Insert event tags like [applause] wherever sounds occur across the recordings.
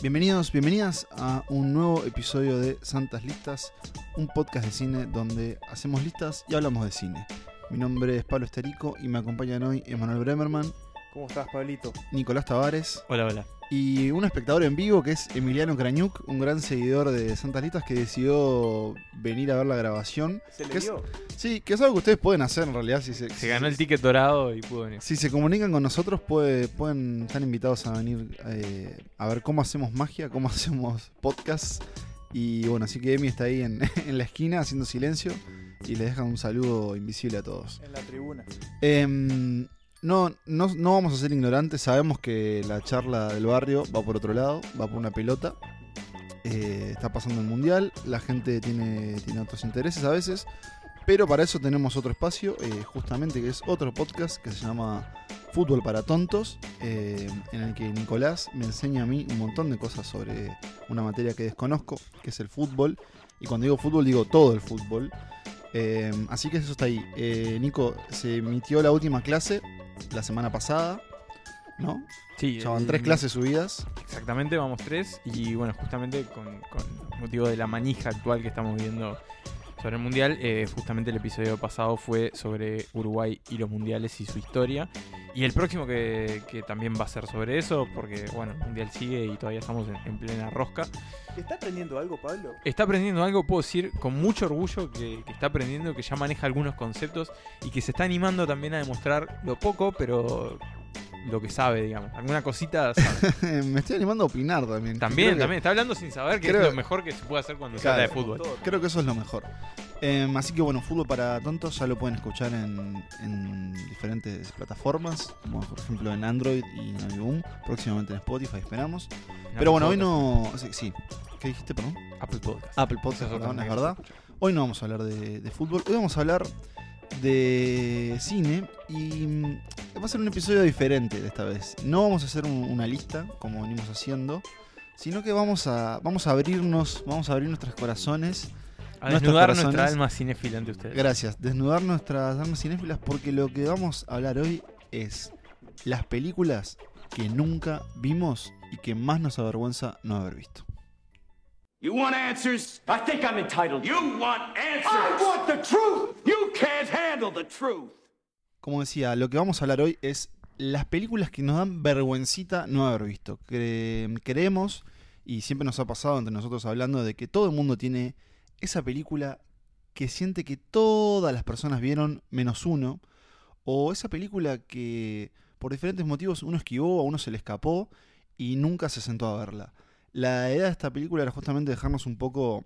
Bienvenidos, bienvenidas a un nuevo episodio de Santas Listas, un podcast de cine donde hacemos listas y hablamos de cine. Mi nombre es Pablo Esterico y me acompañan hoy Emanuel Bremerman, ¿Cómo estás, Pablito? Nicolás Tavares Hola, hola. y un espectador en vivo que es Emiliano Craniuk, un gran seguidor de Santas Listas que decidió venir a ver la grabación. ¿Se ¿Qué le es? dio? Sí, que es algo que ustedes pueden hacer en realidad si se, Se ganó el ticket dorado y pudo venir. Si se comunican con nosotros, puede- pueden estar invitados a venir eh, a ver cómo hacemos magia, cómo [laughs] hacemos podcast. Y bueno, así que Emi está ahí en, [laughs] en la esquina haciendo silencio y les deja un saludo invisible a todos. En la tribuna. Em, no, no, no vamos a ser ignorantes, sabemos que la charla del barrio va por otro lado, va por una pelota. Eh, está pasando el mundial, la gente tiene, tiene otros intereses a veces, pero para eso tenemos otro espacio, eh, justamente que es otro podcast que se llama Fútbol para Tontos, eh, en el que Nicolás me enseña a mí un montón de cosas sobre una materia que desconozco, que es el fútbol. Y cuando digo fútbol, digo todo el fútbol. Eh, así que eso está ahí. Eh, Nico, se emitió la última clase la semana pasada, ¿no? Sí, Ya van el- tres clases subidas. [laughs] Exactamente, vamos tres. Y bueno, justamente con, con motivo de la manija actual que estamos viviendo sobre el Mundial, eh, justamente el episodio pasado fue sobre Uruguay y los Mundiales y su historia. Y el próximo que, que también va a ser sobre eso, porque bueno, el Mundial sigue y todavía estamos en- en plena rosca. ¿Está aprendiendo algo, Pablo? está aprendiendo algo, puedo decir con mucho orgullo que, que está aprendiendo, que ya maneja algunos conceptos y que se está animando también a demostrar lo poco, pero lo que sabe, digamos. Alguna cosita sabe. me estoy animando a opinar también. también, Creo que- también. Está hablando sin saber que creo- es lo mejor que se puede hacer cuando se habla de Claro. fútbol. Todo. Creo que eso es lo mejor. Em, así que bueno, Fútbol para Tontos ya lo pueden escuchar en, en diferentes plataformas, como por ejemplo en Android y en iBoom, próximamente en Spotify, esperamos. Pero bueno, hoy no... Ah, Sí, sí. ¿Qué dijiste, perdón? Apple Podcast. Apple Esa Podcast, es otra perdón, es que verdad. se escucha. Hoy no vamos a hablar de, de fútbol, hoy vamos a hablar de cine y mm, va a ser un episodio diferente de esta vez. No vamos a hacer un- una lista como venimos haciendo, sino que vamos a, vamos a abrirnos, vamos a abrir nuestros corazones. A Nuestros desnudar nuestra corazones. alma cinefila ante ustedes. Gracias, desnudar nuestras armas cinéfilas porque lo que vamos a hablar hoy es las películas que nunca vimos y que más nos avergüenza no haber visto. You want answers? I think I'm entitled. You want answers? I want the truth! You can't handle the truth! como decía, lo que vamos a hablar hoy es las películas que nos dan vergüencita no haber visto. Cre- creemos, y siempre nos ha pasado entre nosotros hablando, de que todo el mundo tiene esa película que siente que todas las personas vieron menos uno, o esa película que por diferentes motivos uno esquivó, a uno se le escapó y nunca se sentó a verla. La idea de esta película era justamente dejarnos un poco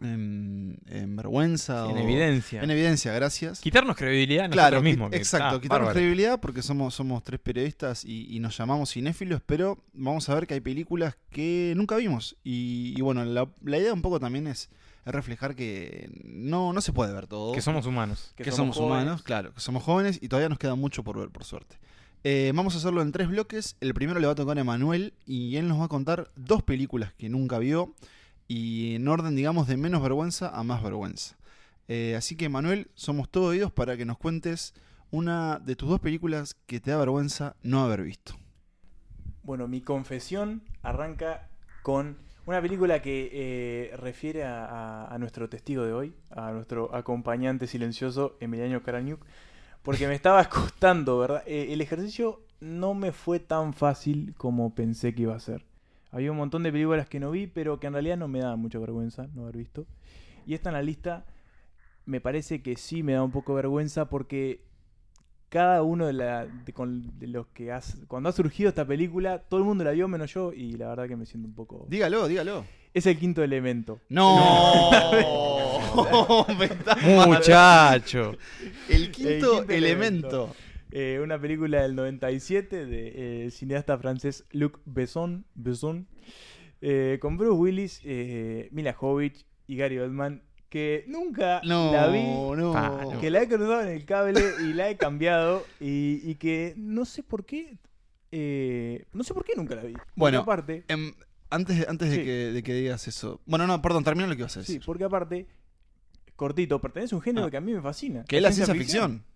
en, en vergüenza. En o- evidencia. En evidencia, gracias. Quitarnos credibilidad a Claro, nosotros mismos. qui- que exacto, está quitarnos bárbaro. credibilidad porque somos, somos tres periodistas y, y nos llamamos cinéfilos, pero vamos a ver que hay películas que nunca vimos. Y, y bueno, la, la idea un poco también es reflejar que no, no se puede ver todo. Que somos humanos. que somos, humanos, claro, que somos jóvenes y todavía nos queda mucho por ver, por suerte. Eh, vamos a hacerlo en tres bloques. El primero le va a tocar a Emanuel y él nos va a contar dos películas que nunca vio y en orden, digamos, de menos vergüenza a más vergüenza. Eh, así que, Manuel, somos todos oídos para que nos cuentes una de tus dos películas que te da vergüenza no haber visto. Bueno, mi confesión arranca con una película que eh, refiere a, a- a nuestro testigo de hoy, a nuestro acompañante silencioso, Emiliano Karaniuk, porque me estaba [laughs] costando, ¿verdad? Eh, el ejercicio no me fue tan fácil como pensé que iba a ser. Había un montón de películas que no vi, pero que en realidad no me daban mucha vergüenza no haber visto. Y esta en la lista me parece que sí me da un poco de vergüenza porque cada uno de, la- de con- de los que has, cuando ha surgido esta película, todo el mundo la vio menos yo y la verdad que me siento un poco... Dígalo, dígalo. Es el quinto elemento. ¡No! [laughs] Me está- Muchacho. El El quinto, quinto elemento. Eh, una película del 97 de eh, cineasta francés Luc Besson, Besson eh, con Bruce Willis, eh, Mila Jovovich y Gary Oldman, que nunca No, la vi, no. Ah, no. que la he cruzado en el cable y la he cambiado y, y que no sé por qué, eh, no sé por qué nunca la vi. Porque Bueno, aparte, Em, antes antes de, Sí. que, de que digas eso. Bueno, no, perdón, termina lo que ibas a sí, decir. porque aparte, cortito, pertenece a un género Ah. que a mí me fascina. que es la ciencia ficción. Que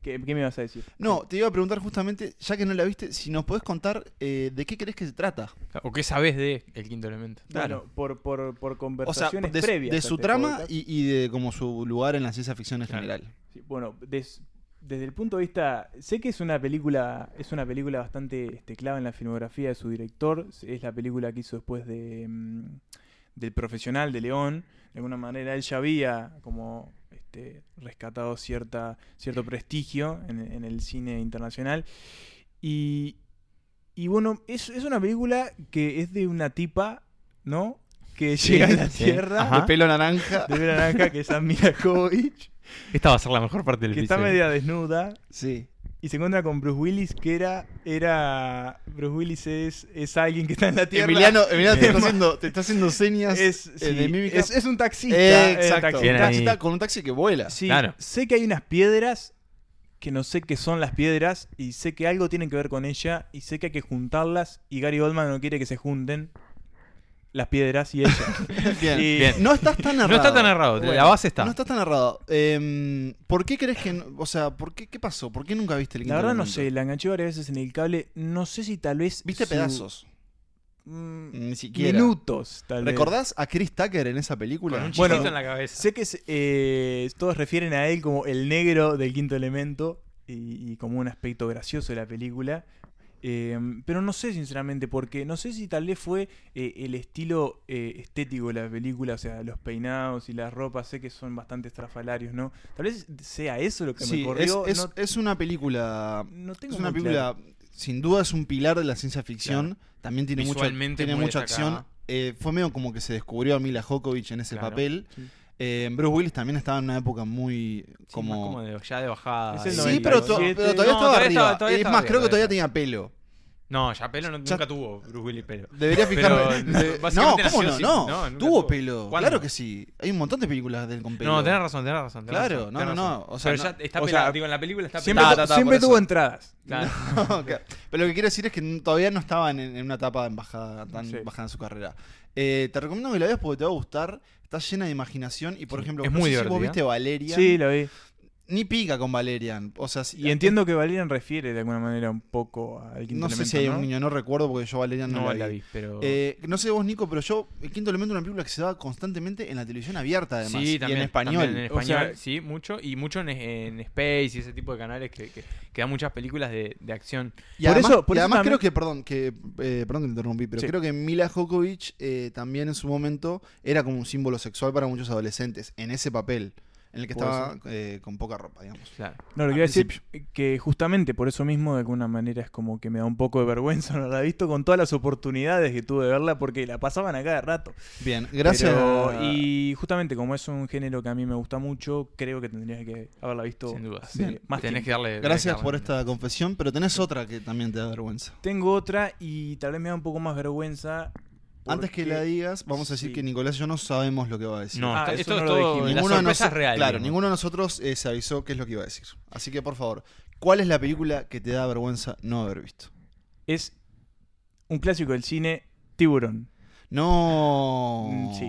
¿Qué, qué me vas a decir? No, te iba a preguntar justamente, ya que no la viste, si nos podés contar eh, de qué crees que se trata. ¿O qué sabes de El Quinto Elemento? Bueno, por, por, por O sea, conversaciones de, su- previas. de a su este trama podcast. y, y de como su lugar en la ciencia ficción en Claro. general. Sí, bueno, des- desde el punto de vista, sé que es una película, es una película bastante este, clave en la filmografía de su director. Es la película que hizo después de mm, del profesional de León. De alguna manera él ya había como este, rescatado cierta, cierto prestigio en, en el cine internacional. Y, y bueno, es, es una película que es de una tipa, ¿no? Que Sí, llega a la sí. tierra Ajá. De pelo naranja. de una naranja que es Ann Milakovich Esta va a ser la mejor parte del que está episodio. media desnuda Sí. y se encuentra con Bruce Willis, que era. era Bruce Willis es, es alguien que está en la tierra. Emiliano, Emiliano te, Eh, está [laughs] haciendo, te está haciendo señas. es, eh, de sí, mímica. es, es un taxista. Eh, eh, exacto. taxista. Bien Un taxi ahí. está con un taxi que vuela. Sí, Claro. Sé que hay unas piedras que no sé qué son las piedras y sé que algo tienen que ver con ella y sé que hay que juntarlas y Gary Oldman no quiere que se junten las [laughs] piedras y ella. Bien. Y- [laughs] Bien. No estás tan No narrado. está tan errado, la Bueno, base está. No estás tan narrado. Em, ¿Por qué crees que.? no- o sea, ¿por qué, ¿qué pasó? ¿Por qué nunca viste el La quinto verdad no elemento? sé, la enganché varias veces en el cable. No sé si tal vez. Viste su- pedazos. mm, Ni siquiera. minutos, tal vez. ¿Recordás a Chris Tucker en esa película? Con un Bueno, chistito en la cabeza. Sé que es, eh, todos refieren a él como el negro del quinto elemento y, y como un aspecto gracioso de la película. Eh, pero no sé, sinceramente, porque no sé si tal vez fue eh, el estilo eh, estético de la película, o sea, los peinados y las ropas, sé que son bastante estrafalarios, ¿no? Tal vez sea eso lo que Sí, me es, corrió. es- no, es una película. no tengo Es una muy película. claro. Sin duda es un pilar de la ciencia ficción. También tiene, mucho, Visualmente tiene muy mucha destacada. acción. Eh, fue medio como que se descubrió a Mila Jokovic en ese Claro. papel. Sí. Eh, Bruce Willis también estaba en una época muy. Sí, como... más como de, ya de bajada. Es el de- Sí, pero, to- pero 97. todavía No, estaba todavía arriba. estaba- todavía es estaba más, arriba, creo que todavía todavía tenía pelo. No, ya pelo no- Ya- nunca tuvo Bruce Willis pelo. Debería [laughs] fijarme. Pero, eh, de- no, básicamente ¿cómo nació no? sin- No, no, nunca tuvo tuvo. pelo. ¿Cuándo? Claro que sí. Hay un montón de películas del con pelo. No, tenés razón, tenés razón. tenés Claro, razón, no, tenés no, razón. no, o sea, pero ya no- está o sea, pelado, digo, en la película está Siempre, Ah, Ta, tu- ta, ta, siempre por tuvo eso. entradas. Claro. No, claro. Pero lo que quiero decir es que n- todavía no estaban en, en una etapa en bajada, tan Sí. bajada en su carrera. Eh, te recomiendo que la veas porque te va a gustar. Está llena de imaginación y, por Sí, ejemplo, es no muy sé si vos divertida. viste Valerian. Sí, lo vi. Ni pica con Valerian. O sea, si- Y entiendo que Valerian refiere de alguna manera un poco al No quinto sé si elemento, hay ¿no? un niño, no recuerdo porque yo Valerian [laughs] no, No la la vi. vi, pero. Eh, no sé vos, Nico, pero yo, El Quinto Elemento era una película que se daba constantemente en la televisión abierta, además. sí, y también. en español. también en O sea- español, sí, mucho. Y mucho en, en Space y ese tipo de canales que, que, que dan muchas películas de, de acción. Y Por además, eso- por y eso además también- creo que, perdón, que eh, perdón que te interrumpí, pero Sí. creo que Mila Jokovic eh, también en su momento era como un símbolo sexual para muchos adolescentes, en ese papel, en el que Puede estaba eh, con poca ropa, digamos. Claro. No, lo Al que iba a decir que justamente por eso mismo, de alguna manera, es como que me da un poco de vergüenza [laughs] no haberla visto con todas las oportunidades que tuve de verla porque la pasaban a cada rato. Bien, gracias. Pero- y justamente como es un género que a mí me gusta mucho, creo que tendría que haberla visto Sin duda. hace Bien. más tiempo. Tenés que darle. tenés que Gracias darle- por esta confesión, pero tenés otra que también te da vergüenza. Tengo otra y tal vez me da un poco más vergüenza. Antes que porque- la digas, vamos a decir Sí. que Nicolás y yo no sabemos lo que va a decir. No, Ah, está- eso esto no es lo todo. dijimos. La Ninguno de sorpresa noso- es real. Claro, digamos. ninguno de nosotros eh, se avisó qué es lo que iba a decir. Así que, por favor, ¿cuál es la película que te da vergüenza no haber visto? Es un clásico del cine, Tiburón. No. Mm, sí.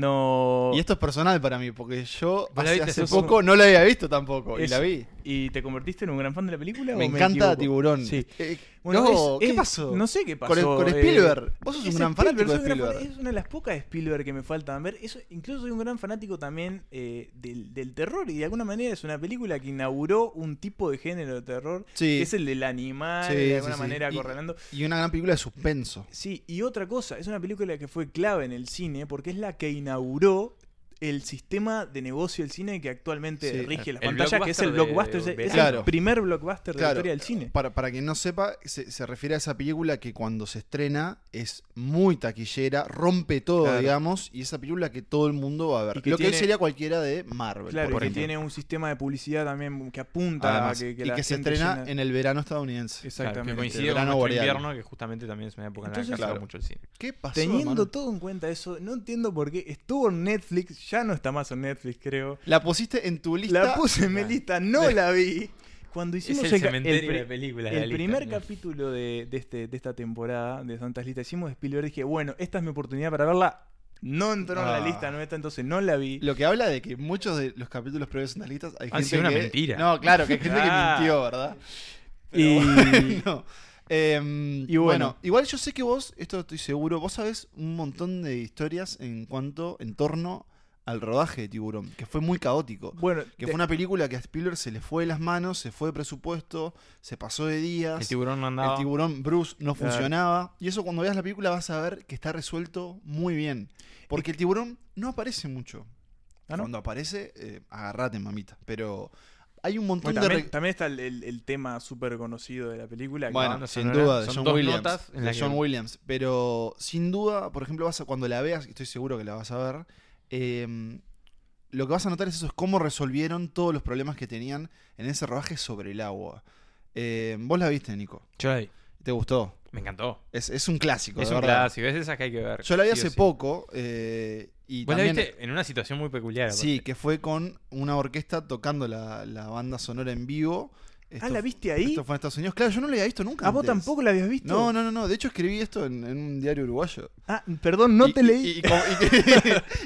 No. Oh. Y esto es personal para mí, porque yo ¿Vos la hace, viste? hace Sos poco no la había visto tampoco. Y Es- la vi. ¿Y te convertiste en un gran fan de la película? o Me encanta equivoco? Tiburón. Sí. Eh, Bueno, no, es- ¿qué es- pasó? No sé qué pasó. Con, el- con eh, Spielberg. Vos sos es un gran fanático de soy un gran fan- Spielberg. Es una de las pocas de Spielberg que me faltan ver. Eso, incluso soy un gran fanático también eh, del, del terror. Y de alguna manera es una película que inauguró un tipo de género de terror. Sí. Que es el del animal, Sí, sí, de alguna sí. manera Y- acorralando. Y una gran película de suspenso. Sí, y otra cosa, es una película que fue clave en el cine porque es la que inauguró el sistema de negocio del cine que actualmente Sí. rige las El pantallas, que es el blockbuster blockbuster, de- es el- de- es Claro. el primer blockbuster de la Claro. historia del cine. Para, para quien no sepa, se, se refiere a esa película que cuando se estrena es muy taquillera, rompe todo, Claro. digamos, y esa película que todo el mundo va a ver. Y que Lo que hoy tiene- sería cualquiera de Marvel. Claro, y por que ejemplo. tiene un sistema de publicidad también que apunta Además, a que, que y la que se gente estrena llena- en el verano estadounidense. Claro, que Exactamente. coincide con Verano nuestro boreal. invierno, que justamente también es una época en la que Entonces, se claro. mucho el cine. ¿Qué pasó? Teniendo hermano? todo en cuenta eso, no entiendo por qué estuvo en Netflix, ya no está más en Netflix, creo. La pusiste en tu lista. La puse en mi Claro. lista, no la vi. Cuando Es hicimos el, ca- cementerio pri- de películas. de el la lista, primer ¿no? capítulo de, de este, de esta temporada de Santas Listas hicimos de Spielberg, dije, bueno, esta es mi oportunidad para verla. No entró en la Ah. lista, no está, entonces no la vi. Lo que habla de que muchos de los capítulos previos en las listas hay Han gente sido una que- mentira. No, claro, que hay gente [laughs] Ah. que mintió, ¿verdad? Y- [laughs] bueno, em, Y bueno. bueno, igual yo sé que vos, esto estoy seguro, vos sabés un montón de historias en cuanto, en torno al rodaje de Tiburón, que fue muy caótico. Bueno, Que te- fue una película que a Spielberg se le fue de las manos, se fue de presupuesto, se pasó de días. El tiburón no andaba. El tiburón Bruce no Claro. funcionaba. Y eso cuando veas la película vas a ver que está resuelto muy bien. Porque el tiburón no aparece mucho. Ah, ¿no? Cuando aparece, eh, agarrate, mamita. Pero hay un montón bueno, de... también, re- también está el, el- el tema súper conocido de la película. que- Bueno, banda sin sonora. duda, de Son John dos Williams. notas en de la que- John Williams. Pero sin duda, por ejemplo, vas a, cuando la veas, que estoy seguro que la vas a ver, eh, lo que vas a notar es eso, es cómo resolvieron todos los problemas que tenían en ese rodaje sobre el agua. Eh, Vos la viste, Nico. Yo la vi. ¿Te gustó? Me encantó. Es, es un clásico, Es de un verdad. clásico, es esas que hay que ver. Yo la vi sí o hace sí. poco eh, y Vos también, la viste en una situación muy peculiar. aparte. sí, que fue con una orquesta tocando la, la banda sonora en vivo. Esto Ah, ¿la fu- viste ahí? Esto fue en Estados Unidos. Claro, yo no la había visto nunca. ¿A vos antes. tampoco la habías visto? No, no, no, no. De hecho escribí esto en, en un diario uruguayo. Ah, perdón, no Y- te y- leí. Y, con-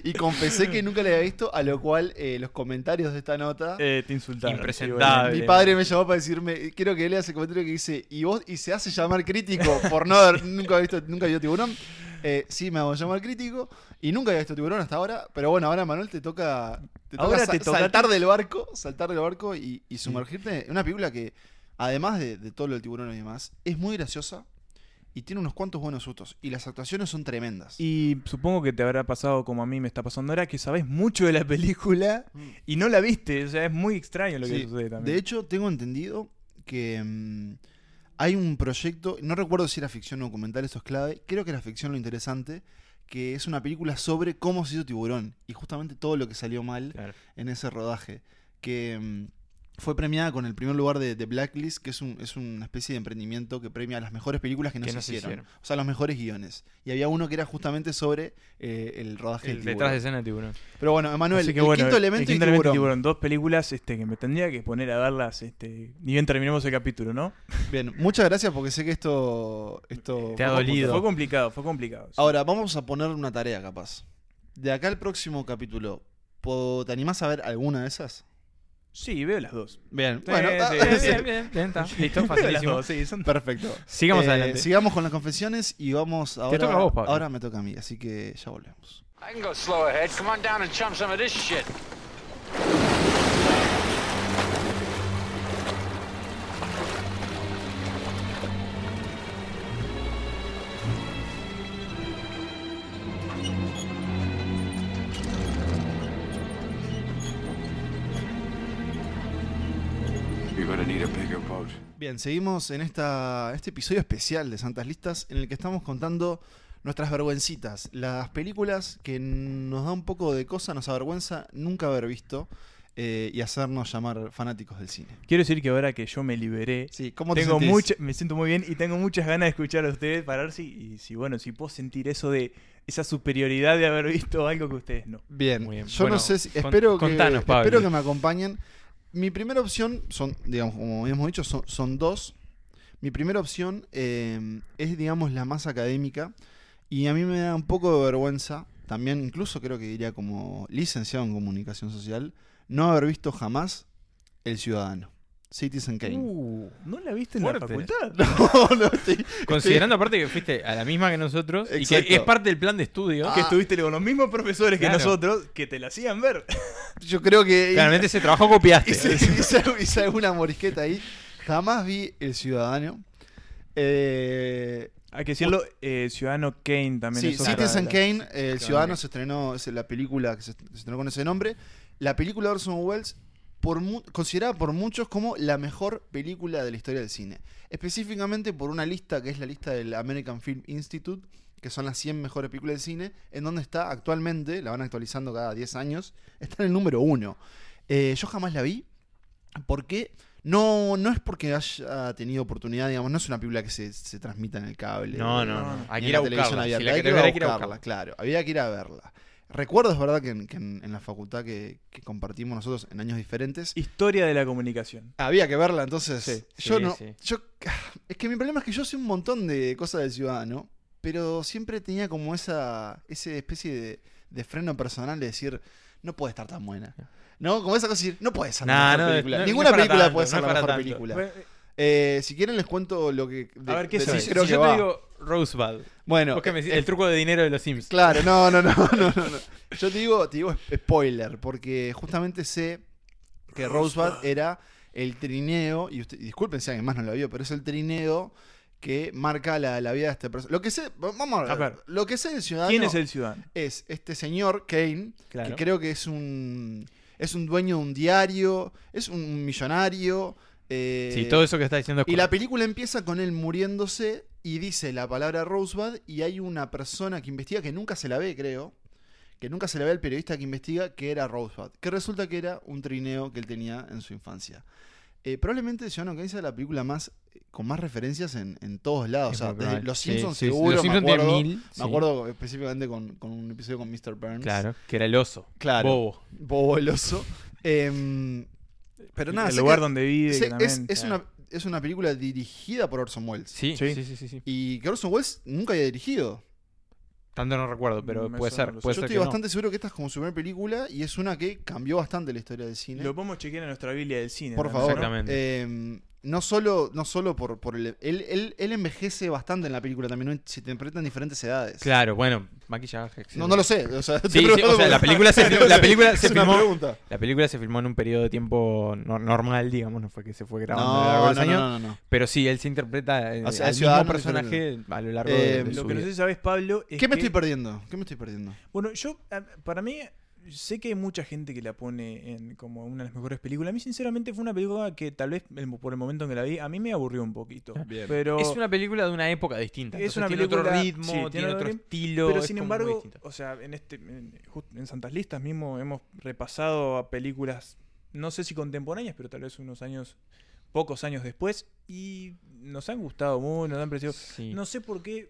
y- [laughs] y confesé que nunca la había visto, a lo cual eh, los comentarios de esta nota. Eh, te insultaron. Impresentable. mi eh, padre me llamó para decirme, eh, quiero que leas el comentario que dice, y vos, y se hace llamar crítico por no [laughs] haber nunca haber visto, nunca vio tiburón. Eh, sí, me hago llamar crítico, y nunca había visto tiburón hasta ahora, pero bueno, ahora Manuel te toca, te toca Ahora sa- te toca- saltar del barco, saltar del barco y, y sumergirte en una película que, además de, de todo lo del tiburón y demás, es muy graciosa y tiene unos cuantos buenos sustos. Y las actuaciones son tremendas. Y supongo que te habrá pasado como a mí me está pasando ahora, que sabes mucho de la película Mm. y no la viste. O sea, es muy extraño lo que Sí, sucede también. De hecho, tengo entendido que mm, hay un proyecto, no recuerdo si era ficción o documental, eso es clave, creo que era ficción lo interesante, que es una película sobre cómo se hizo Tiburón y justamente todo lo que salió mal Claro. en ese rodaje, que mm, fue premiada con el primer lugar de, de Blacklist, que es, un- es una especie de emprendimiento que premia las mejores películas que no, Que se, hicieron, o sea, los mejores guiones. Y había uno que era justamente sobre eh, el rodaje El de Tiburón. detrás de escena [laughs] de tiburón. Pero bueno, Emanuel, Así que el bueno, quinto elemento, el quinto y elemento tiburón. y tiburón. Dos películas este, que me tendría que poner a verlas este, ni bien terminemos el capítulo, ¿no? Bien, muchas gracias porque sé que esto. esto Te ha dolido. Fue complicado, fue complicado. sí. Ahora, vamos a poner una tarea capaz. De acá al próximo capítulo, ¿po- ¿te animás a ver alguna de esas? sí, veo las dos. Bien, Sí, bueno, sí, ah, sí, [laughs] sí. bien, [laughs] [laughs] [laughs] Veo las Listo, facilísimo. dos, sí, son- perfecto. Sigamos Eh, adelante. Sigamos con las confesiones y vamos ahora. toca a vos, Pablo. Ahora me toca a mí, así que ya volvemos. I can go slow ahead. Come on down and chump some of this shit. You're gonna need a bigger boat. Bien, seguimos en esta, este episodio especial de Santas Listas en el que estamos contando nuestras vergüencitas, las películas que nos da un poco de cosa, nos avergüenza nunca haber visto eh, y hacernos llamar fanáticos del cine. Quiero decir que ahora que yo me liberé, Sí, ¿cómo te tengo sentís? mucha, me siento muy bien y tengo muchas ganas de escuchar a ustedes para ver si, y si bueno, si puedo sentir eso de esa superioridad de haber visto algo que ustedes no. Bien, Muy bien. yo Bueno, no sé si, con- espero, que, contanos, Pablo. espero que me acompañen. Mi primera opción, son, digamos, como habíamos dicho, son, son dos. Mi primera opción eh, es, digamos, la más académica. Y a mí me da un poco de vergüenza, también incluso creo que diría como licenciado en comunicación social, no haber visto jamás El Ciudadano, Citizen Kane. Uh, ¿No la viste Fuerte. en la facultad? [laughs] No, no, estoy- Considerando aparte que fuiste a la misma que nosotros y Exacto. que es parte del plan de estudio. Que Ah. estuviste con los mismos profesores que Claro. nosotros, que te la hacían ver. yo creo que... Claramente ese trabajo copiaste. [laughs] hice, hice- hice alguna morisqueta ahí. Jamás vi El Ciudadano. Eh, Hay que decirlo, eh, Ciudadano Kane también. sí, es otra de Citizen las- Kane, eh, El Claro. Ciudadano se estrenó, es la película que se, se estrenó con ese nombre. La película de Orson Welles, por mu- considerada por muchos como la mejor película de la historia del cine. Específicamente por una lista que es la lista del American Film Institute, que son las 100 mejores películas del cine, en donde está actualmente, la van actualizando cada 10 años, está en el número uno. Eh, yo jamás la vi. porque No, no es porque haya tenido oportunidad, digamos, no es una película que se, se transmita en el cable. No, No, no, no. no. Hay Ni en que ir a la televisión buscarla. Si abierta. la Hay querés que ir a ver, hay que ir a buscarla, buscarla. claro. Había que ir a verla. Recuerdo, es verdad, que en, que en- en la facultad que, que compartimos nosotros en años diferentes, Historia de la comunicación. había que verla, entonces. Sí, yo [sighs] sí, no. sí. Yo, es que mi problema es que yo sé un montón de cosas del ciudadano, pero siempre tenía como esa, esa especie de, de freno personal de decir, no puede estar tan buena. ¿No? Como esa cosa de decir, no puede ser Nah, la mejor no, película. no, no Ninguna es para película tanto, puede no ser es la para mejor tanto. película. Bueno, eh, Eh, si quieren les cuento lo que... de- A ver, ¿qué de- es? sí, Si creo si que yo va. te digo Rosebud, Bueno, vos que me decís, eh, el truco de dinero de los Sims. Claro, no, no, [laughs] no, no, no, no. Yo te digo, te digo sp- spoiler, porque justamente sé que Rosebud era el trineo, y usted- y disculpen si alguien más no lo vio, pero es el trineo que marca la, la vida de este personaje. Lo que sé, va- vamos a ver, A ver. lo que sé del ciudadano ¿Quién es el ciudadano? es este señor, Kane, Claro. que creo que es un, es un dueño de un diario, es un millonario. eh, Sí, todo eso que está diciendo es y la correcto. película empieza con él muriéndose y dice la palabra Rosebud y hay una persona que investiga que nunca se la ve, creo, que nunca se la ve al periodista que investiga que era Rosebud, que resulta que era un trineo que él tenía en su infancia. Eh, probablemente Ciudadano Kane sea la película más con más referencias en, en todos lados. o Es sea, muy desde probable. Los Sí, Simpsons sí, sí. seguro. Los Simpsons me tiene acuerdo, mil, me sí. acuerdo específicamente con, con un episodio con Mr. Burns. Claro, que era el oso. Claro. Bobo. Bobo el oso. Em, pero nada, el sé lugar que- donde vive. Sí, que es, también, es claro. una, es una película dirigida por Orson Welles. Sí, Sí. sí, sí, sí. sí, Y que Orson Welles nunca había dirigido. Tanto no recuerdo, pero Me puede suena, ser. lo sé. Yo Puede ser estoy que no. bastante seguro que esta es como su primera película y es una que cambió bastante la historia del cine. Lo podemos chequear en nuestra Biblia del cine. por también, favor. ¿no? Exactamente. Eh, no solo, no solo por, por el. Él, él- él envejece bastante en la película también. ¿no? Se interpreta en diferentes edades. Claro, bueno, maquillaje. No, etcétera. no lo sé. O sea, [laughs] te Sí, sí, pregunto- o sea, la [laughs] película se filmó- la película Es se una filmó- pregunta. La película se filmó en un periodo de tiempo no- normal, digamos, no fue que se fue grabando a lo largo No, de no, los no, años. no, no, no. Pero sí, él se interpreta eh, O sea, al ciudadano mismo personaje a lo largo Eh, de, de su Lo que no vida. sé si sabes, Pablo. Es ¿Qué me que- estoy perdiendo? ¿Qué me estoy perdiendo? Bueno, yo, a- para mí, sé que hay mucha gente que la pone en como una de las mejores películas. A mí, sinceramente, fue una película que tal vez el- por el momento en que la vi, a mí me aburrió un poquito. Bien. Pero, Es una película de una época distinta. Es entonces una tiene otro película- ritmo, sí, tiene, tiene otro otro ritmo, estilo. pero es sin como muy embargo, distinta. o sea, en, este, en, just- en Santas Listas mismo hemos repasado a películas, no sé si contemporáneas, pero tal vez unos años, pocos años después, y nos han gustado mucho, nos han parecido. Sí. No sé por qué.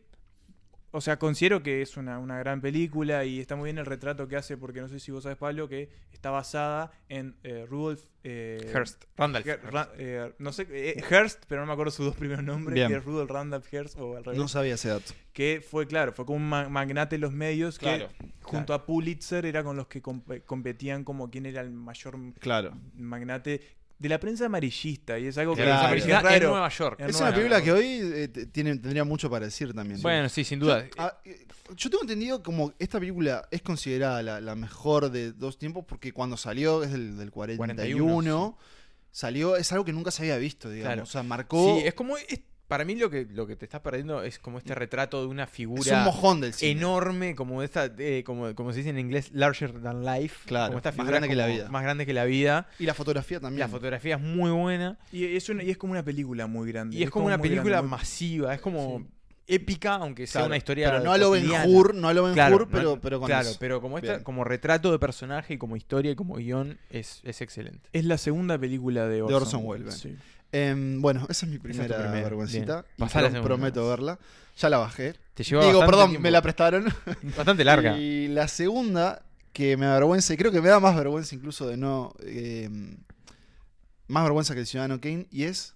O sea, considero que es una, una gran película y está muy bien el retrato que hace, porque no sé si vos sabes, Pablo, que está basada en eh, Rudolf eh, Hearst, Randolph. Her- Ra- eh, no sé, eh, Hearst, pero no me acuerdo sus dos primeros nombres, Bien. que es Rudolf Randolph Hearst o al revés. No sabía ese dato. que fue, claro, fue como un ma- magnate de los medios Claro, que junto a Pulitzer era con los que comp- competían como quién era el mayor Claro. magnate de la prensa amarillista. Y es algo que Claro. la Amarillista prensa amarillista es Publicidad en raro. Nueva York. Es Es Bueno, una película que hoy eh, t- tiene, tendría mucho para decir también. Bueno, sí, sin duda. Ah, eh, yo tengo entendido como esta película es considerada la, la mejor de dos tiempos porque cuando salió, es del, del 41, 41, salió, es algo que nunca se había visto, digamos. Claro. O sea, marcó. Sí, es como. es- para mí lo que, lo que te estás perdiendo es como este retrato de una figura. Mm. es un mojón del cine. enorme, como esta, eh, como, como se dice en inglés, larger than life. Claro, como esta más figura grande que la como vida. Más grande que la vida. Y la fotografía también. La fotografía es muy buena. Y es, una- y es como una película muy grande. Y es, como una muy película grande, muy- masiva, es como Sí. épica, aunque sea Claro, una historia. Pero no a lo Ben cotidiana. Hur, no a lo Ben Claro, Hur, no- pero, pero con claro, eso. pero como esta, Bien. como retrato de personaje y como historia y como guión es, es excelente. Es la segunda película de Orson, Orson Welles, Em, bueno, esa es mi es tu primera, primera, vergüencita. bien. Y Pasá a la pro- segunda. prometo verla. Ya la bajé. Te lleva Digo, bastante perdón, tiempo. me la prestaron. bastante larga. Y la segunda, que me avergüenza, y creo que me da más vergüenza incluso de no. eh, más vergüenza que el Ciudadano Kane, y es.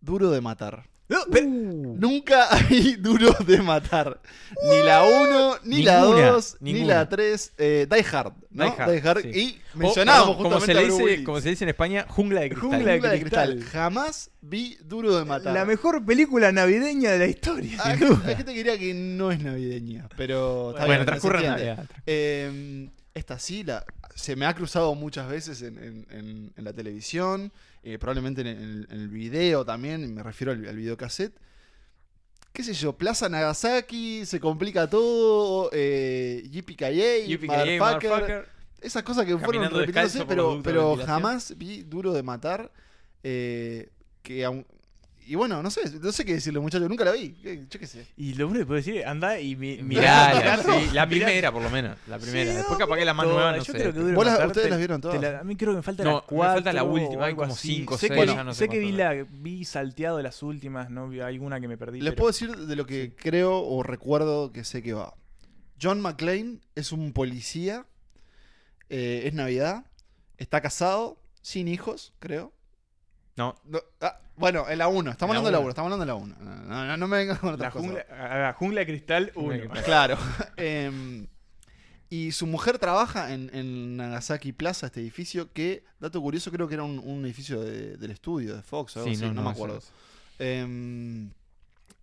Duro de matar. No, pero- Nunca [laughs] hay duro de matar. Ni la 1, ni la Ninguna, 2, ni ninguna. la 3. Eh, Die Hard, ¿no? Die Hard, sí. Y mencionábamos O, Oh, perdón, como se justamente le a Bruce dice, Willis. como se dice en España, jungla de cristal. Jungla de cristal. Jamás vi duro de matar. La mejor película navideña de la historia. Hay gente- sin duda. hay gente que diría que no es navideña, pero está bien, Bueno, se transcurre en entiende. Navidad. Eh, esta sí, la, se me ha cruzado muchas veces en, en- en- en la televisión, eh, probablemente en, el- en el video también, y me refiero al, al videocassette. ¿Qué sé yo? Plaza Nagasaki, se complica todo, eh, Yippee-ki-yay, YPKA, motherfucker. motherfucker. Esas cosas que fueron Caminando repitiéndose, descalzo por pero, los ductos de pero ventilación. jamás vi Duro de Matar. eh, que aún- Y bueno, no sé, no sé qué decirle, muchachos, nunca la vi. qué- Yo qué sé. Y lo único que puedo decir, anda y mi- Mirala, mirala. sí, [laughs] la primera por lo menos, la primera. Sí, no, Después capaz que la más Toda, nueva no yo sé. creo que dura ¿Vos las- matar, ustedes te- las vieron te todas? la- a mí creo que me falta No, la me cuatro. falta la última, o hay algo como así. cinco, sé seis, que, ya no sé sé que vi, cuántas la, vi salteado de las últimas, no vi alguna que me perdí. Les pero- puedo decir de lo que creo o recuerdo que sé que va. John McClane es un policía, eh, es Navidad, está casado, sin hijos, creo. No, No, ah, bueno, en la 1, estamos En hablando de la la 1, estamos hablando de la 1. No, no, no, no me vengas con La otra jungla, a la jungla de cristal 1. Claro. [laughs] Em, y su mujer trabaja en, en Nagasaki Plaza, este edificio, que, dato curioso, creo que era un, un edificio de- del estudio de Fox, o algo sí, así, no, no, no, me eso acuerdo. es. Em,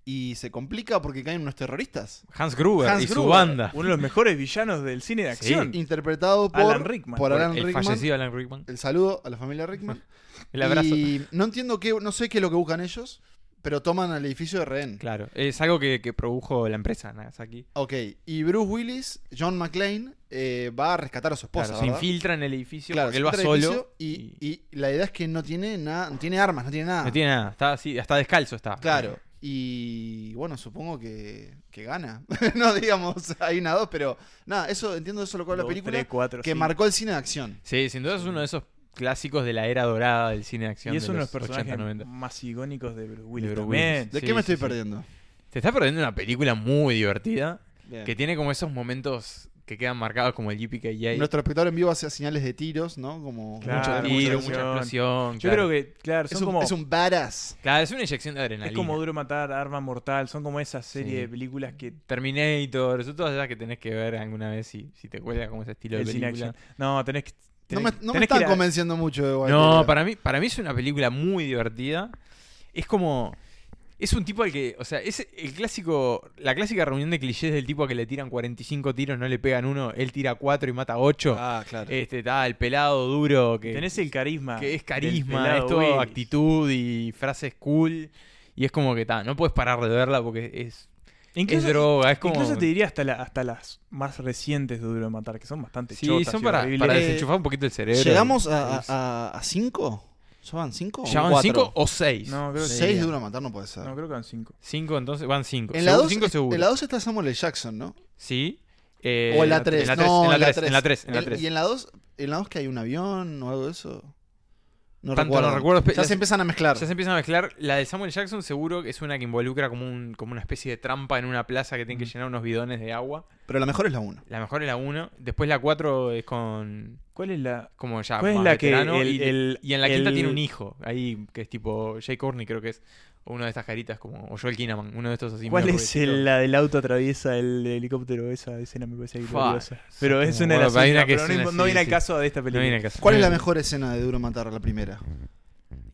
y se complica porque caen unos terroristas. Hans Gruber Hans y su Gruber, banda. [laughs] Uno de los mejores villanos del cine de Sí. acción. Interpretado por Alan Rickman. por Alan el Rickman. fallecido Alan Rickman. El saludo a la familia Rickman. [laughs] El abrazo. Y no entiendo qué, no sé qué es lo que buscan ellos, pero toman al edificio de rehén. Claro, es algo que, que produjo la empresa Nagasaki. Ok, y Bruce Willis, John McClane, eh, va a rescatar a su esposa. Claro, se ¿verdad? infiltra en el edificio Claro, porque se él va entra al solo edificio Y, y la idea es que no tiene nada, no tiene armas, no tiene nada. no tiene nada, está así, hasta descalzo está. Claro. Y bueno, supongo que, que gana. [laughs] no digamos, hay una dos, pero nada, eso entiendo eso lo que habla la Dos, película. tres, cuatro, que cinco. marcó el cine de acción. Sí, sin duda es uno de esos clásicos de la era dorada del cine de acción. Y es de uno de los los personajes 80, 90. más icónicos de Bruce Willis. Bruce también. Willis. ¿De Sí, qué me sí, estoy sí. perdiendo? Te estás perdiendo una película muy divertida que tiene como esos momentos que quedan marcados como el YPKI. Nuestro espectador en vivo hace señales de tiros, ¿no? Como Claro, mucho mucho- tiro, mucho- mucha explosión. Yo creo que, claro, son es, un, como. es un badass. Claro, es una inyección de adrenalina. es como duro matar, arma mortal. Son como esa serie Sí. de películas que. Terminator, son todas esas que tenés que ver alguna vez si, si te cuelga como ese estilo El de cine película. action. No, tenés que. No tenés- me, no me tenés que están ir a- convenciendo mucho. igual, No, pero- para mí, para mí es una película muy divertida. Es como. Es un tipo al que. O sea, es el clásico. La clásica reunión de clichés del tipo a que le tiran 45 tiros, no le pegan uno, él tira 4 y mata 8. Ah, claro. Este, está el pelado duro que. Tenés el carisma. que es del carisma, pelado es todo Willis. actitud y frases cool. Y es como que está, no puedes parar de verla porque es, es droga, es como. Incluso te diría hasta, la- hasta las más recientes de Duro de Matar, que son bastante sí, chotas son y para, horribles. para Eh, desenchufar un poquito el cerebro. ¿Llegamos a, a, a- a cinco? ¿Ya van cinco? ¿Ya van Oh, 5 o 6? No, creo que Seis sí. de una matar no puede ser. No, creo que eran cinco. 5 entonces, van 5. en, la dos, 5 es- seguro. en la dos está Samuel L. Jackson, ¿no? Sí. Eh, o en la 3. En la 3, no, en la 3, en la 3, en la El- 3. ¿Y en la 2? ¿En la 2 que hay un avión o algo de eso? No Tanto no recuerdo, pe- Ya las- se empiezan a mezclar. Ya se empiezan a mezclar. La de Samuel Jackson seguro que es una que involucra como, un, como una especie de trampa en una plaza que tienen que llenar unos bidones de agua. Pero la mejor es la 1. La mejor es la 1. Después la 4 es con... ¿Cuál es la, Como ya ¿Cuál Pues es más la que veterano, el- y, el- y en la quinta el- tiene un hijo. Ahí que es tipo Jay Courtney creo que es. o Uno de estas caritas como... O Joel Kinnaman. Uno de estos así. ¿Cuál medio es el- rubecitos. la del auto atraviesa el helicóptero? Esa escena me parece Fua, gloriosa. Pero sí, es una de bueno, las pero hay una últimas, que pero no, es impo- una- no sí, viene al sí. caso de esta No película. viene al caso. ¿Cuál es la mejor escena de Duro Matar la primera?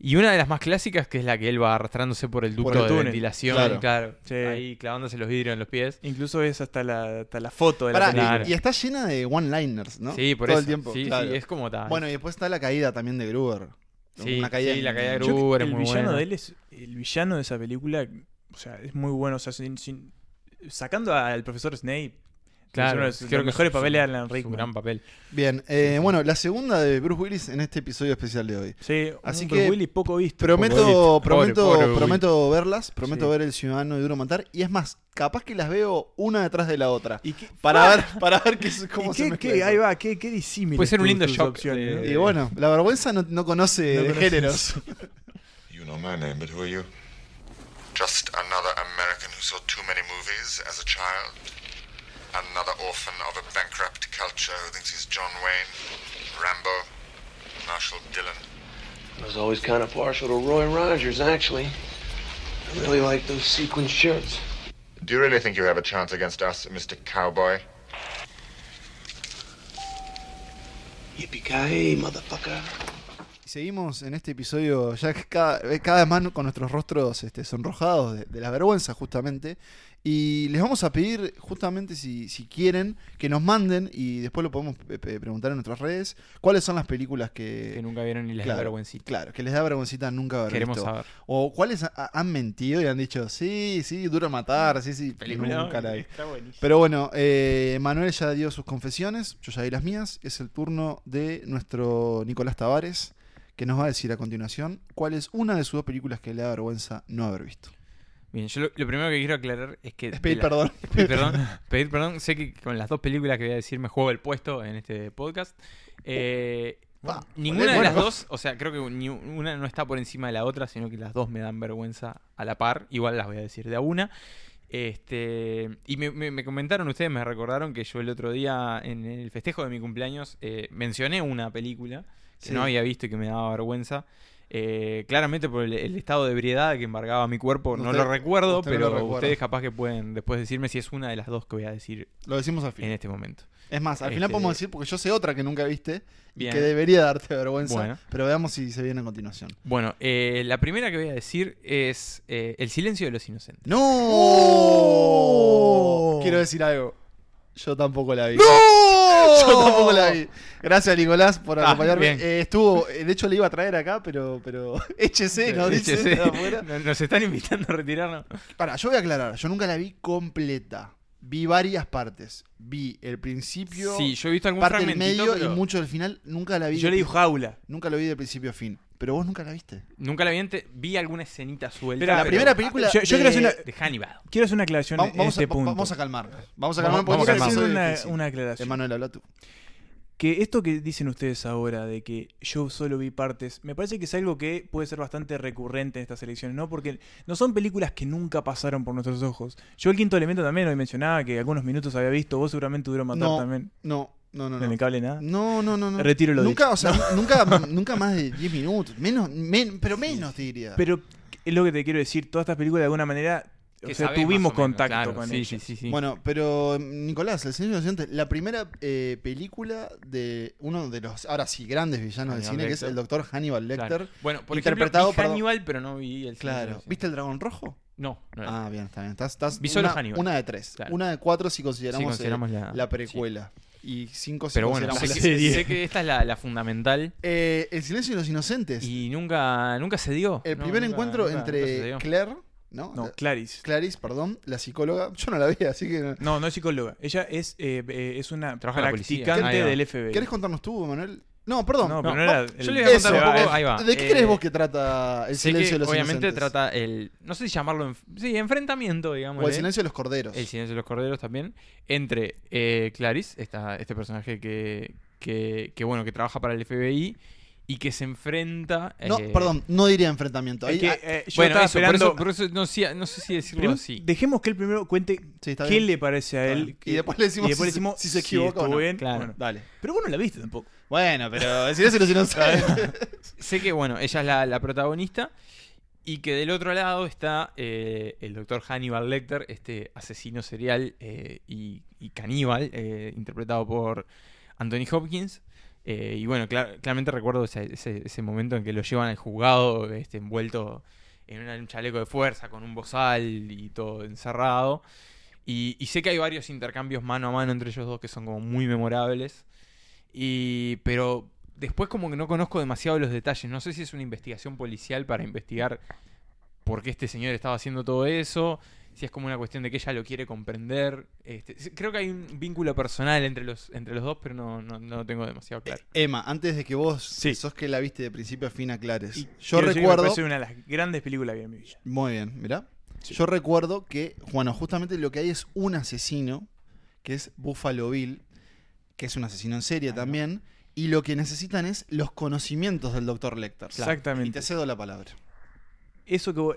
Y una de las más clásicas que es la que él va arrastrándose por el ducto el de túnel. ventilación. Claro. Claro. Sí. Ahí clavándose los vidrios en los pies. Incluso es hasta la, hasta la foto de la Pará, película. Claro. y está llena de one-liners, ¿no? Sí, por Todo eso. el tiempo. Sí, claro. sí, es como tal. Bueno, y después está la caída también de Gruber. Sí, Una caída sí, la en- caída de Yo- Gruber es el uh, muy villano bueno. de él es. El villano de esa película, o sea, es muy bueno. O sea, sin- sin- sacando al profesor Snape, es uno de sus- creo los mejores su- papeles de Alan su Rickman. gran papel. Bien, eh, bueno, la segunda de Bruce Willis en este episodio especial de hoy. Sí, Así Así que que Willy poco visto. Prometo, prometo, Pobre, pobre prometo verlas, prometo Sí. ver El Ciudadano y Duro Matar. Y es más, capaz que las veo una detrás de la otra. ¿Y qué, Para ver, para ver qué, cómo y se qué- mezcla qué- eso. ahí va, qué, qué disímil. Puede ser un tus- lindo tus shock eh, opciones, de- Y bueno, la vergüenza no, no conoce No de conoce. géneros. You know my name, but who are you? Just another American who saw too many movies as a child. Another orphan of a bankrupt culture who thinks he's John Wayne, Rambo, Marshall Dillon. I was always kind of partial to Roy Rogers, actually. I really like those sequin shirts. Do you really think you have a chance against us, Mr. Cowboy? Yippee-ki-yay, motherfucker. Y Seguimos en este episodio ya que cada, eh, cada vez más con nuestros rostros este, sonrojados de, de la vergüenza justamente. Y les vamos a pedir justamente si, si quieren que nos manden y después lo podemos pe- pe- preguntar en nuestras redes cuáles son las películas que... Que nunca vieron ni les da claro, vergüencita. Claro, que les da vergüencita nunca haber Queremos visto. saber. O cuáles ha- han mentido y han dicho, sí, sí, duro matar, sí, sí, nunca la vi. Está buenísimo. Pero bueno, eh, Manuel ya dio sus confesiones, yo ya di las mías. Es el turno de nuestro Nicolás Tavares, que nos va a decir a continuación cuál es una de sus dos películas que le da vergüenza no haber visto. Bien, yo lo, lo primero que quiero aclarar es que. Es de pedir la- perdón. es pedir [laughs] perdón. Pedir perdón. Sé que con las dos películas que voy a decir me juego el puesto en este podcast. Eh, Pa, ninguna de bueno. las dos, o sea, creo que ni una no está por encima de la otra, sino que las dos me dan vergüenza a la par. Igual las voy a decir de a una. Este, y me, me- me comentaron ustedes, me recordaron que yo el otro día, en el festejo de mi cumpleaños, eh, mencioné una película que Sí. no había visto y que me daba vergüenza. Eh, claramente por el, el estado de ebriedad que embargaba mi cuerpo, no Usted- lo recuerdo, usted no pero lo recuerda. ustedes capaz que pueden después decirme si es una de las dos que voy a decir Lo decimos al en final. este momento. Es más, al final este- podemos decir, porque yo sé otra que nunca viste, y Bien. que debería darte vergüenza, Bueno. pero veamos si se viene a continuación. Bueno, eh, la primera que voy a decir es eh, El silencio de los inocentes. ¡No! ¡Oh! Quiero decir algo. Yo tampoco la vi. ¡No! [laughs] Yo tampoco la vi. Gracias, Nicolás, por Ah, acompañarme. bien. Eh, estuvo, eh, de hecho, le iba a traer acá, pero, pero [laughs] HC nos dice. HC. de [laughs] afuera. Nos están invitando a retirarnos. Pará, yo voy a aclarar. Yo nunca la vi completa. Vi varias partes. Vi el principio, Sí, yo he visto algún parte del fragmentito, medio pero y mucho del final. Nunca la vi. Yo de le digo pri- jaula. Nunca lo vi de principio a fin. Pero vos nunca la viste. nunca la vi antes. Vi alguna escenita suelta. Esperá, la pero- primera película. yo- yo de- quiero hacer una- de Hannibal. Quiero hacer una aclaración Vamos, en vamos este a, va- punto. vamos a calmarnos. Vamos a Vamos- calmarnos porque vamos a es Quiero un hacer episodio una, difícil. una aclaración. Emanuel, habla tú. Que esto que dicen ustedes ahora de que yo solo vi partes, me parece que es algo que puede ser bastante recurrente en estas elecciones, ¿no? Porque no son películas que nunca pasaron por nuestros ojos. Yo el quinto elemento también hoy mencionaba que algunos minutos había visto, vos seguramente duró matar No, también. No, no, no. En no. el cable nada. No, no, no, no. Retiro lo nunca, o sea, nunca, nunca más de 10 minutos. Menos, men- pero menos te diría. Pero es lo que te quiero decir, todas estas películas de alguna manera, o Que sea, sabés tuvimos más o menos, contacto claro, con sí, ellas. sí, sí, sí. Bueno, pero Nicolás, el Señor Inocente, la primera eh, película de uno de los, ahora sí, grandes villanos del Hannibal cine, que es Lecter. el doctor Hannibal Lecter. Claro. Claro. Bueno, por interpretado ejemplo, vi por- Hannibal, pero no vi el silencio de los ¿Viste inocentes. el dragón rojo? No, no era. Ah, bien, está bien. Estás, estás Vi solo una, Hannibal. una de tres. Claro. Una de cuatro si Sí, consideramos, eh, consideramos la, la, sí. precuela. Y cinco si Pero bueno, consideramos sé la que, serie. sé que esta es la, la fundamental Eh, el silencio de los inocentes. y nunca, nunca se dio. el No, primer nunca- encuentro nunca- nunca se entre dio. Claire, ¿no? No, La- Clarice. Clarice, perdón, la psicóloga. Yo no la vi, así que... no- No, no es psicóloga. Ella es, eh, eh, es una Trabaja en la policía. Ahí practicante va. del FBI. ¿Querés contarnos tú, Manuel? No, perdón. No, pero No, no era. yo el- le voy a contar Eso, un poco. eh, ahí va. ¿De qué Eh, crees vos que trata el sé silencio que de los obviamente inocentes? trata el. No sé si llamarlo. enf- sí, enfrentamiento, digamos. ¿eh? O el silencio de los corderos. El silencio de los corderos también. Entre eh, Clarice, esta- este personaje que, que, que, bueno, que trabaja para el FBI y que se enfrenta. No, eh, perdón, no diría enfrentamiento. Es Ahí- que, ah, eh, yo bueno, estaba eso, por esperando. eso, por eso no, sé- no sé si decirlo Prim- así. Dejemos que él primero cuente Sí, está qué bien. le parece a Está él. bien. Y después le decimos y después si se- decimos si se equivoca o estuvo no. bien. Claro. Bueno. Dale. Pero vos no la viste tampoco. Bueno, pero el silencio de los [laughs] inocentes. Sé que, bueno, ella es la, la protagonista. Y que del otro lado está eh, el doctor Hannibal Lecter, este asesino serial eh, y, y caníbal, eh, interpretado por Anthony Hopkins. Eh, y bueno, clar- claramente recuerdo ese, ese- ese momento en que lo llevan al juzgado, este, envuelto en una- un chaleco de fuerza, con un bozal y todo encerrado. Y, y sé que hay varios intercambios mano a mano entre ellos dos que son como muy memorables. Y, pero después como que no conozco demasiado los detalles. No sé si es una investigación policial para investigar por qué este señor estaba haciendo todo eso. Si es como una cuestión de que ella lo quiere comprender. Este, sí, creo que hay un vínculo personal entre los, entre los dos, pero no, no, no lo tengo demasiado claro. Emma, antes de que vos Sí. sos que la viste de principio a fin a Clares. Y yo quiero decir que me recuerdo. parece una de las grandes películas que vi en mi vida. Muy bien, mirá. Sí. Yo recuerdo que, bueno, justamente lo que hay es un asesino, que es Buffalo Bill, que es un asesino en serie también, y lo que necesitan es los conocimientos del doctor Lecter. Exactamente. Y te cedo la palabra. Eso que vos-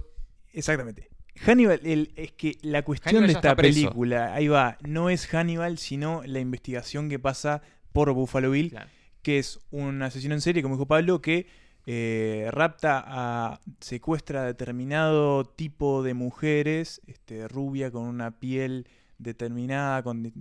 Exactamente. Hannibal, el- es que la cuestión Hannibal de ya está esta preso. película, ahí va, no es Hannibal, sino la investigación que pasa por Buffalo Bill, Claro. que es un asesino en serie, como dijo Pablo, que eh, rapta a. secuestra a determinado tipo de mujeres, este, rubia, con una piel determinada, con de-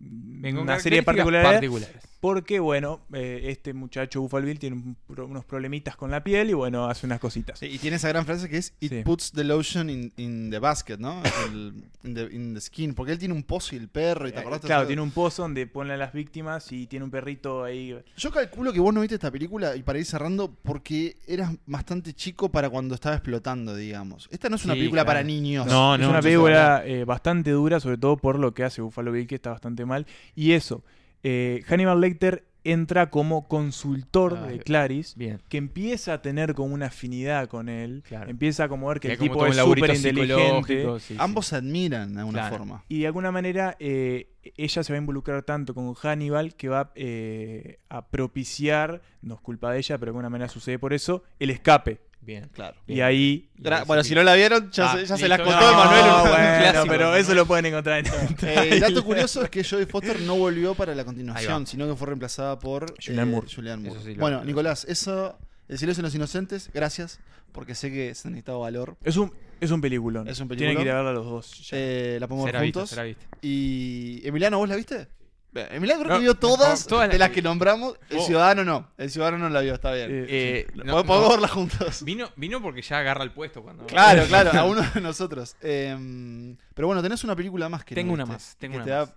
una serie ¿eh? de particularidades. Porque, bueno, eh, este muchacho Buffalo Bill tiene un pro- unos problemitas con la piel y, bueno, hace unas cositas. Sí, y tiene esa gran frase que es It Sí. puts the lotion in, in the basket, ¿no? El- in, the, in the skin. Porque él tiene un pozo y el perro, y te Eh, acordás Claro, tiene un pozo donde pone a las víctimas y tiene un perrito ahí. Yo calculo que vos no viste esta película, y para ir cerrando, porque eras bastante chico para cuando estaba explotando, digamos. Esta no es una Sí, película claro. para niños. No, es no, una no se película eh, bastante dura, sobre todo por lo que hace Buffalo Bill, que está bastante mal. Y eso, eh, Hannibal Lecter entra como consultor Ah, de bien. Clarice, Bien. que empieza a tener como una afinidad con él. Claro. Empieza a como ver que Que el como tipo todo un es laburito súper inteligente. psicológico, sí, sí. Ambos se admiran de alguna Claro. forma. Y de alguna manera eh, ella se va a involucrar tanto con Hannibal que va eh, a propiciar, no es culpa de ella, pero de alguna manera sucede por eso, el escape. Bien. Claro. Y ahí Ah, bueno, si no la vieron, ya, Ah, se, ya se listo. las contó No, Emanuel. [laughs] un bueno, clásico, pero ¿no? eso lo pueden encontrar en [laughs] Eh, el dato curioso es que Jodie Foster no volvió para la continuación, sino que fue reemplazada por eh, Julianne Moore. Julianne Moore. Eso sí lo- bueno, Nicolás, eso, El silencio de los inocentes, gracias, porque sé que se necesitaba valor. Es un, es un peliculón. Es un Tienen que ir a peliculón. verla los dos. ya. Eh, la podemos ver Será vista, juntos. será vista. Y. Emiliano, ¿vos la viste? Eh, Emiliano creo No, que vio no, todas, todas las de las vi. que nombramos. El Oh. ciudadano no. El ciudadano no la vio, está bien. Eh, Eh, Pod- no- podemos no. verla [laughs] juntos. Vino, vino porque ya agarra el puesto cuando. [laughs] Claro, claro, a uno de nosotros. Em, pero bueno, tenés una película más que no Tengo una viste, más, tengo que una te más. da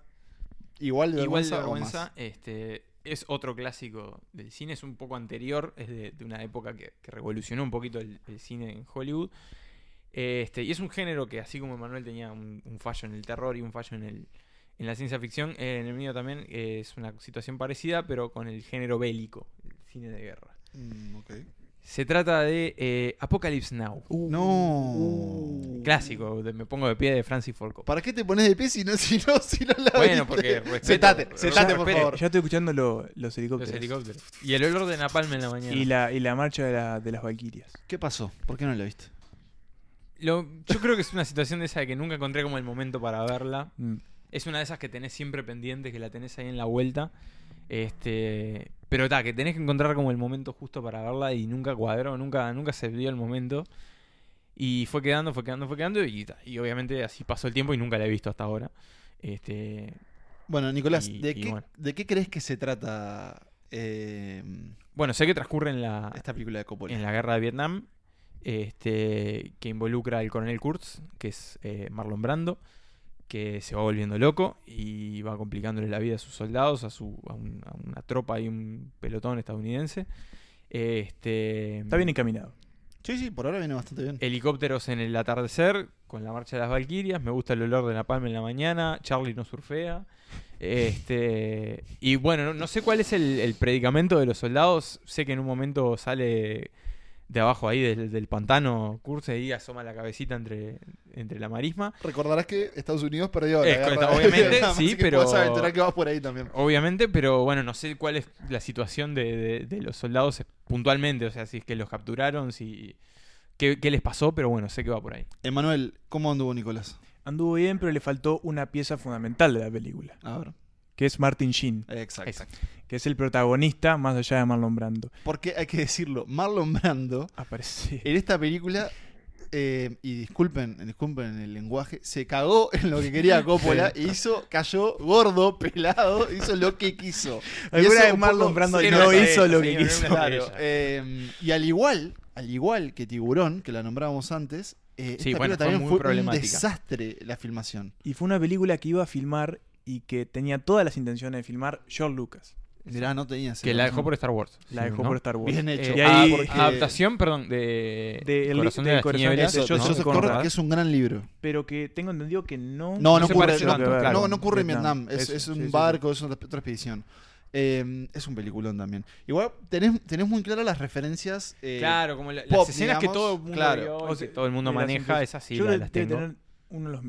igual de Igual vergüenza, de o vergüenza, más. este, es otro clásico del cine, es un poco anterior, es de, de una época que, que revolucionó un poquito el, el cine en Hollywood. Este, y es un género que, así como Manuel tenía un, un fallo en el terror y un fallo en, el, en la ciencia ficción, eh, en el mío también eh, es una situación parecida, pero con el género bélico, el cine de guerra. Mm, ok. Se trata de eh, Apocalypse Now. Uh. no. uh. Clásico, de- me pongo de pie de Francis Ford Coppola. ¿Para qué te pones de pie si no, si no, si no la viste? Bueno, [laughs] porque respeto- Sentate, respeto- sentate, por respeto. favor. ya estoy escuchando lo- los Los helicópteros. helicópteros. Y el olor de Napalm en la mañana. Y la, y la marcha de, la- de las Valquirias. ¿Qué pasó? ¿Por qué no la viste? Lo- yo creo que es una situación de esa de que nunca encontré como el momento para verla. Mm. Es una de esas que tenés siempre pendientes, que la tenés ahí en la vuelta. Este, pero ta, que tenés que encontrar como el momento justo para verla y nunca cuadró, nunca, nunca se dio el momento. Y fue quedando, fue quedando, fue quedando. Y, ta, y obviamente así pasó el tiempo y nunca la he visto hasta ahora. Este, Bueno, Nicolás, Y- ¿de, y qué, bueno. ¿de qué crees que se trata eh, bueno, sé que transcurre en la, esta película de Coppola? en Ah. la guerra de Vietnam, este, que involucra al coronel Kurtz, que es eh, Marlon Brando, que se va volviendo loco y va complicándole la vida a sus soldados, a, su, a, un- a una tropa y un pelotón estadounidense. Este, Está bien encaminado. Sí, sí, por ahora viene bastante Eh. bien. Helicópteros en el atardecer, con la marcha de las Valquirias, me gusta el olor de la palma en la mañana, Charlie no surfea. Este, y bueno, no, no sé cuál es el, el predicamento de los soldados, sé que en un momento sale de abajo ahí del, del pantano Curse y asoma la cabecita entre, entre la marisma. Recordarás que Estados Unidos perdió Es la guerra correcto, de obviamente, Vietnam, [laughs] así sí, que pero- podés aventurar que vas por ahí también. Obviamente, pero bueno, no sé cuál es la situación de, de- de los soldados puntualmente, o sea, si es que los capturaron, si... ¿Qué, qué les pasó? Pero bueno, sé que va por ahí. Emanuel, ¿cómo anduvo Nicolás? Anduvo bien, pero le faltó una pieza fundamental de la película, A ver. que es Martin Sheen, Exacto. Exacto. que es el protagonista más allá de Marlon Brando. Porque hay que decirlo, Marlon Brando Aparece. en esta película, eh, y disculpen, disculpen el lenguaje, se cagó en lo que quería Coppola e hizo, cayó gordo, pelado, hizo lo que quiso. Y eso Alguna vez un Marlon poco- Brando sí, no no sé, hizo lo sí, que no quiso. sé. Claro, Ella. eh, y al igual, al igual que Tiburón, que la nombrábamos antes, eh, Sí, esta bueno, película fue también muy fue, un problemática. desastre la filmación. Y fue una película que iba a filmar y que tenía todas las intenciones de filmar George Lucas. Mirá, no tenía ese Que la razón. dejó por Star Wars. La sí, dejó ¿no? por Star Wars. Bien hecho. y Ah, ahí- porque- Adaptación, perdón, de, De el- Corazón de, de las Corazón Tinieblas, Eso, de Joseph Joseph Conrad. Conrad, que es un gran libro. Pero que tengo entendido que no. No, no se ocurre, parece tanto, no, claro. no ocurre en Vietnam. Es, Eso, es un sí, sí, sí. barco, es una- otra expedición. Eh, es un peliculón también. Igual tenés, tenés muy claras las referencias. eh, Claro, como la- pop, las escenas digamos, que todo el mundo, claro. vio y O sea, que todo el mundo de las maneja, impres- esas sí Yo la- creo las que debe tengo. tener uno de los,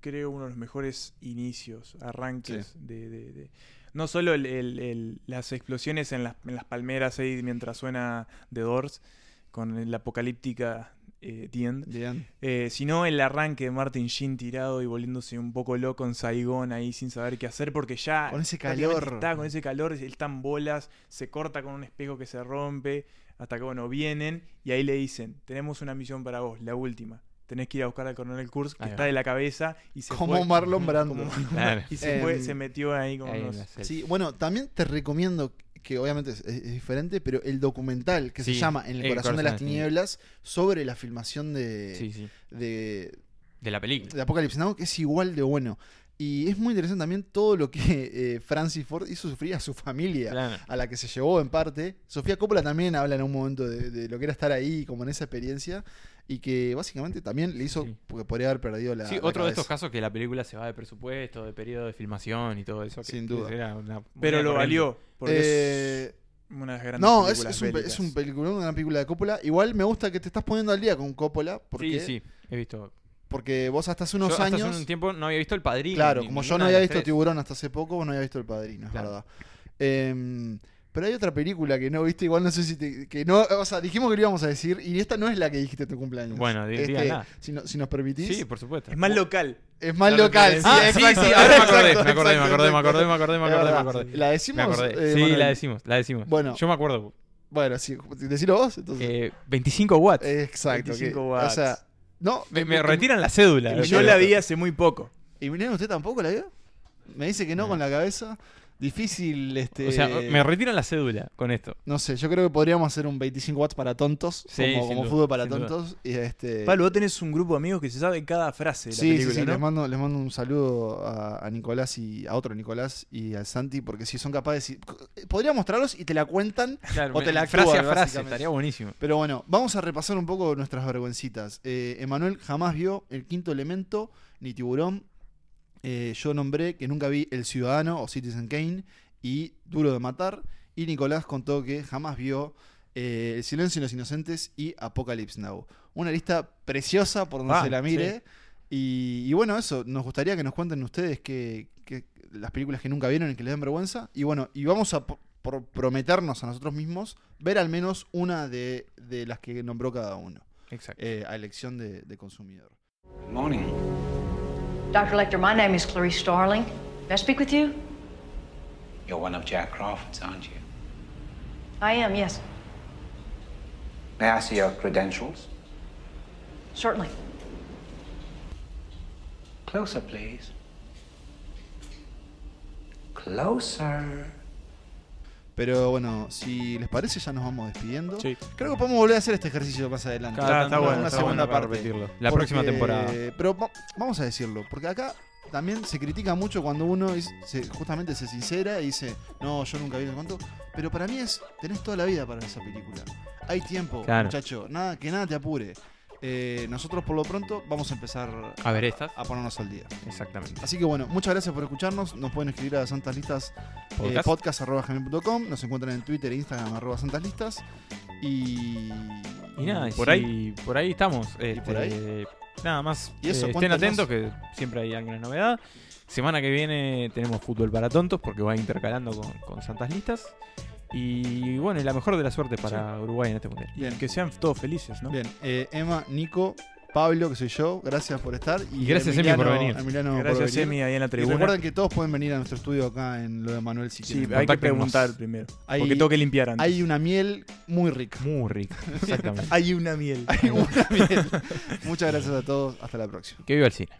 creo, uno de los mejores inicios, arranques de, de- de- No solo el- el- el- las explosiones en las, en las palmeras ahí mientras suena The Doors con la apocalíptica eh, The End, bien. eh, sino el arranque de Martin Sheen tirado y volviéndose un poco loco en Saigón ahí sin saber qué hacer porque ya Con ese prácticamente calor. está con ese calor, él está en bolas, se corta con un espejo que se rompe, hasta que bueno, vienen y ahí le dicen, tenemos una misión para vos, la última. Tenés que ir a buscar al coronel Kurz que Ahí va. está de la cabeza y se Como fue- [laughs] Marlon Brando. [laughs] como Marlon Claro. Y se fue, Em, se metió ahí con Ahí en unos- la selfie. Sí, bueno, también te recomiendo que obviamente es, es- es diferente, pero el documental que se Sí, llama En el, corazón, de las tinieblas sobre la filmación de, Sí, sí. de, De la película. de Apocalypse Now, que es igual de bueno. Y es muy interesante también todo lo que eh, Francis Ford hizo sufrir a su familia. Claro. a la que se llevó en parte. Sofía Coppola también habla en un momento de, de lo que era estar ahí, como en esa experiencia, y que básicamente también le hizo, Sí. porque podría haber perdido la. Sí, la otro de estos cabeza. casos que la película se va de presupuesto, de periodo de filmación y todo eso. que Sin duda. era una moneda Pero lo corriente. valió, porque Eh, es una de las grandes no, es, películas es un, pe- es bélicas. un peliculón, una gran película de Coppola. Igual me gusta que te estás poniendo al día con Coppola, porque, Sí, sí, he visto. porque vos hasta hace Yo unos hasta hace años. un tiempo no había visto El Padrino. Claro, ni- como yo no ninguna de había las visto tres. Tiburón hasta hace poco, vos no habías visto El Padrino, es Claro. verdad. Em, pero hay otra película que no viste, igual no sé si te, que no, o sea, dijimos que lo íbamos a decir y esta no es la que dijiste en tu cumpleaños. Este, Bueno, di- díganla. si, no- si nos permitís. Sí, por supuesto. Es más local. Es más Claro, local. que- Sí, Ah, sí, exacto, sí, ahora me acordé, exacto, me acordé, me exacto, acordé, me exacto. acordé, me acordé, me Es acordé, me verdad. acordé. ¿La decimos? Me acordé. eh, sí, Manuel? la decimos, la decimos. Bueno. Yo me acuerdo. Bueno, sí, decilo vos, entonces. Eh, 25 watts. Exacto. 25 que- watts. O sea, no. Eh, me, me retiran la cédula. eh, Yo Claro. la vi hace muy poco. ¿Y Milena, usted tampoco la vio? Me dice que no, con la cabeza. Difícil, este. O sea, me retiran la cédula con esto. No sé, yo creo que podríamos hacer un 25 watts para tontos. Sí, como sin como duda, fútbol para sin duda. tontos. Y este. Pablo, vos tenés un grupo de amigos que se sabe cada frase de la Sí, película, sí, sí, ¿no? les mando, les mando un saludo a, a Nicolás y a otro Nicolás y al Santi, porque si son capaces, si- eh, podría mostrarlos y te la cuentan, O me- te la frase a actúan, frase, básicamente. estaría buenísimo. pero bueno, vamos a repasar un poco nuestras vergüencitas. Eh, Emanuel jamás vio El Quinto Elemento, ni Tiburón. Eh, yo nombré que nunca vi El Ciudadano o Citizen Kane y Duro de Matar. Y Nicolás contó que jamás vio eh, El Silencio de los Inocentes y Apocalypse Now. Una lista preciosa por donde Ah, se la mire. Y, y bueno, eso, nos gustaría que nos cuenten ustedes que, que las películas que nunca vieron y que les den vergüenza. Y bueno, y vamos a po- por prometernos a nosotros mismos ver al menos una de, de las que nombró cada uno, Exacto. eh, a elección de, de consumidor. Good morning. Dr. Lecter, my name is Clarice Starling. May I speak with you? You're one of Jack Crawford's, aren't you? I am, yes. May I see your credentials? Certainly. Closer, please. Closer. Pero bueno, si les parece ya nos vamos despidiendo. Sí. Creo que podemos volver a hacer este ejercicio más adelante. Cada está tanto, bueno, Una está segunda bueno para parte. repetirlo. La Porque- próxima temporada. Pero va- vamos a decirlo, porque acá también se critica mucho cuando uno es- se- justamente se sincera y dice, no, yo nunca vi el cuento. Pero para mí es, tenés toda la vida para ver esa película. Hay tiempo, Claro. muchacho, nada, que nada te apure. Eh, nosotros por lo pronto vamos a empezar A ver estas. a ponernos al día. Exactamente. Así que bueno, muchas gracias por escucharnos. Nos pueden escribir a Santas Listas eh, Podcast. podcast.gmail.com. Nos encuentran en Twitter e Instagram arroba Santas Listas. Y... Y nada, ¿Por por ahí? ahí, por ahí estamos. este, por Nada más. ¿Y eso eh, estén cuánto atentos que siempre hay alguna novedad. Semana que viene tenemos fútbol para tontos porque va intercalando con, con santas listas. Y bueno, y la mejor de la suerte para Uruguay en este mundial. Y Bien. que sean todos felices, ¿no? Bien, eh, Emma, Nico, Pablo, que soy yo, gracias por estar. Y, Y gracias, Emi, por Emiliano- venir. Emiliano por Gracias, venir. Emi, ahí en la Y tribuna. recuerden que todos pueden venir a nuestro estudio acá en lo de Manuel si sí, quieren. hay que contáctenos. preguntar primero. Hay- porque tengo que limpiar antes. Hay una miel muy [laughs] rica. Muy rico. Exactamente. Hay una miel. Hay una miel. Muchas gracias a todos. Hasta la próxima. que viva el cine.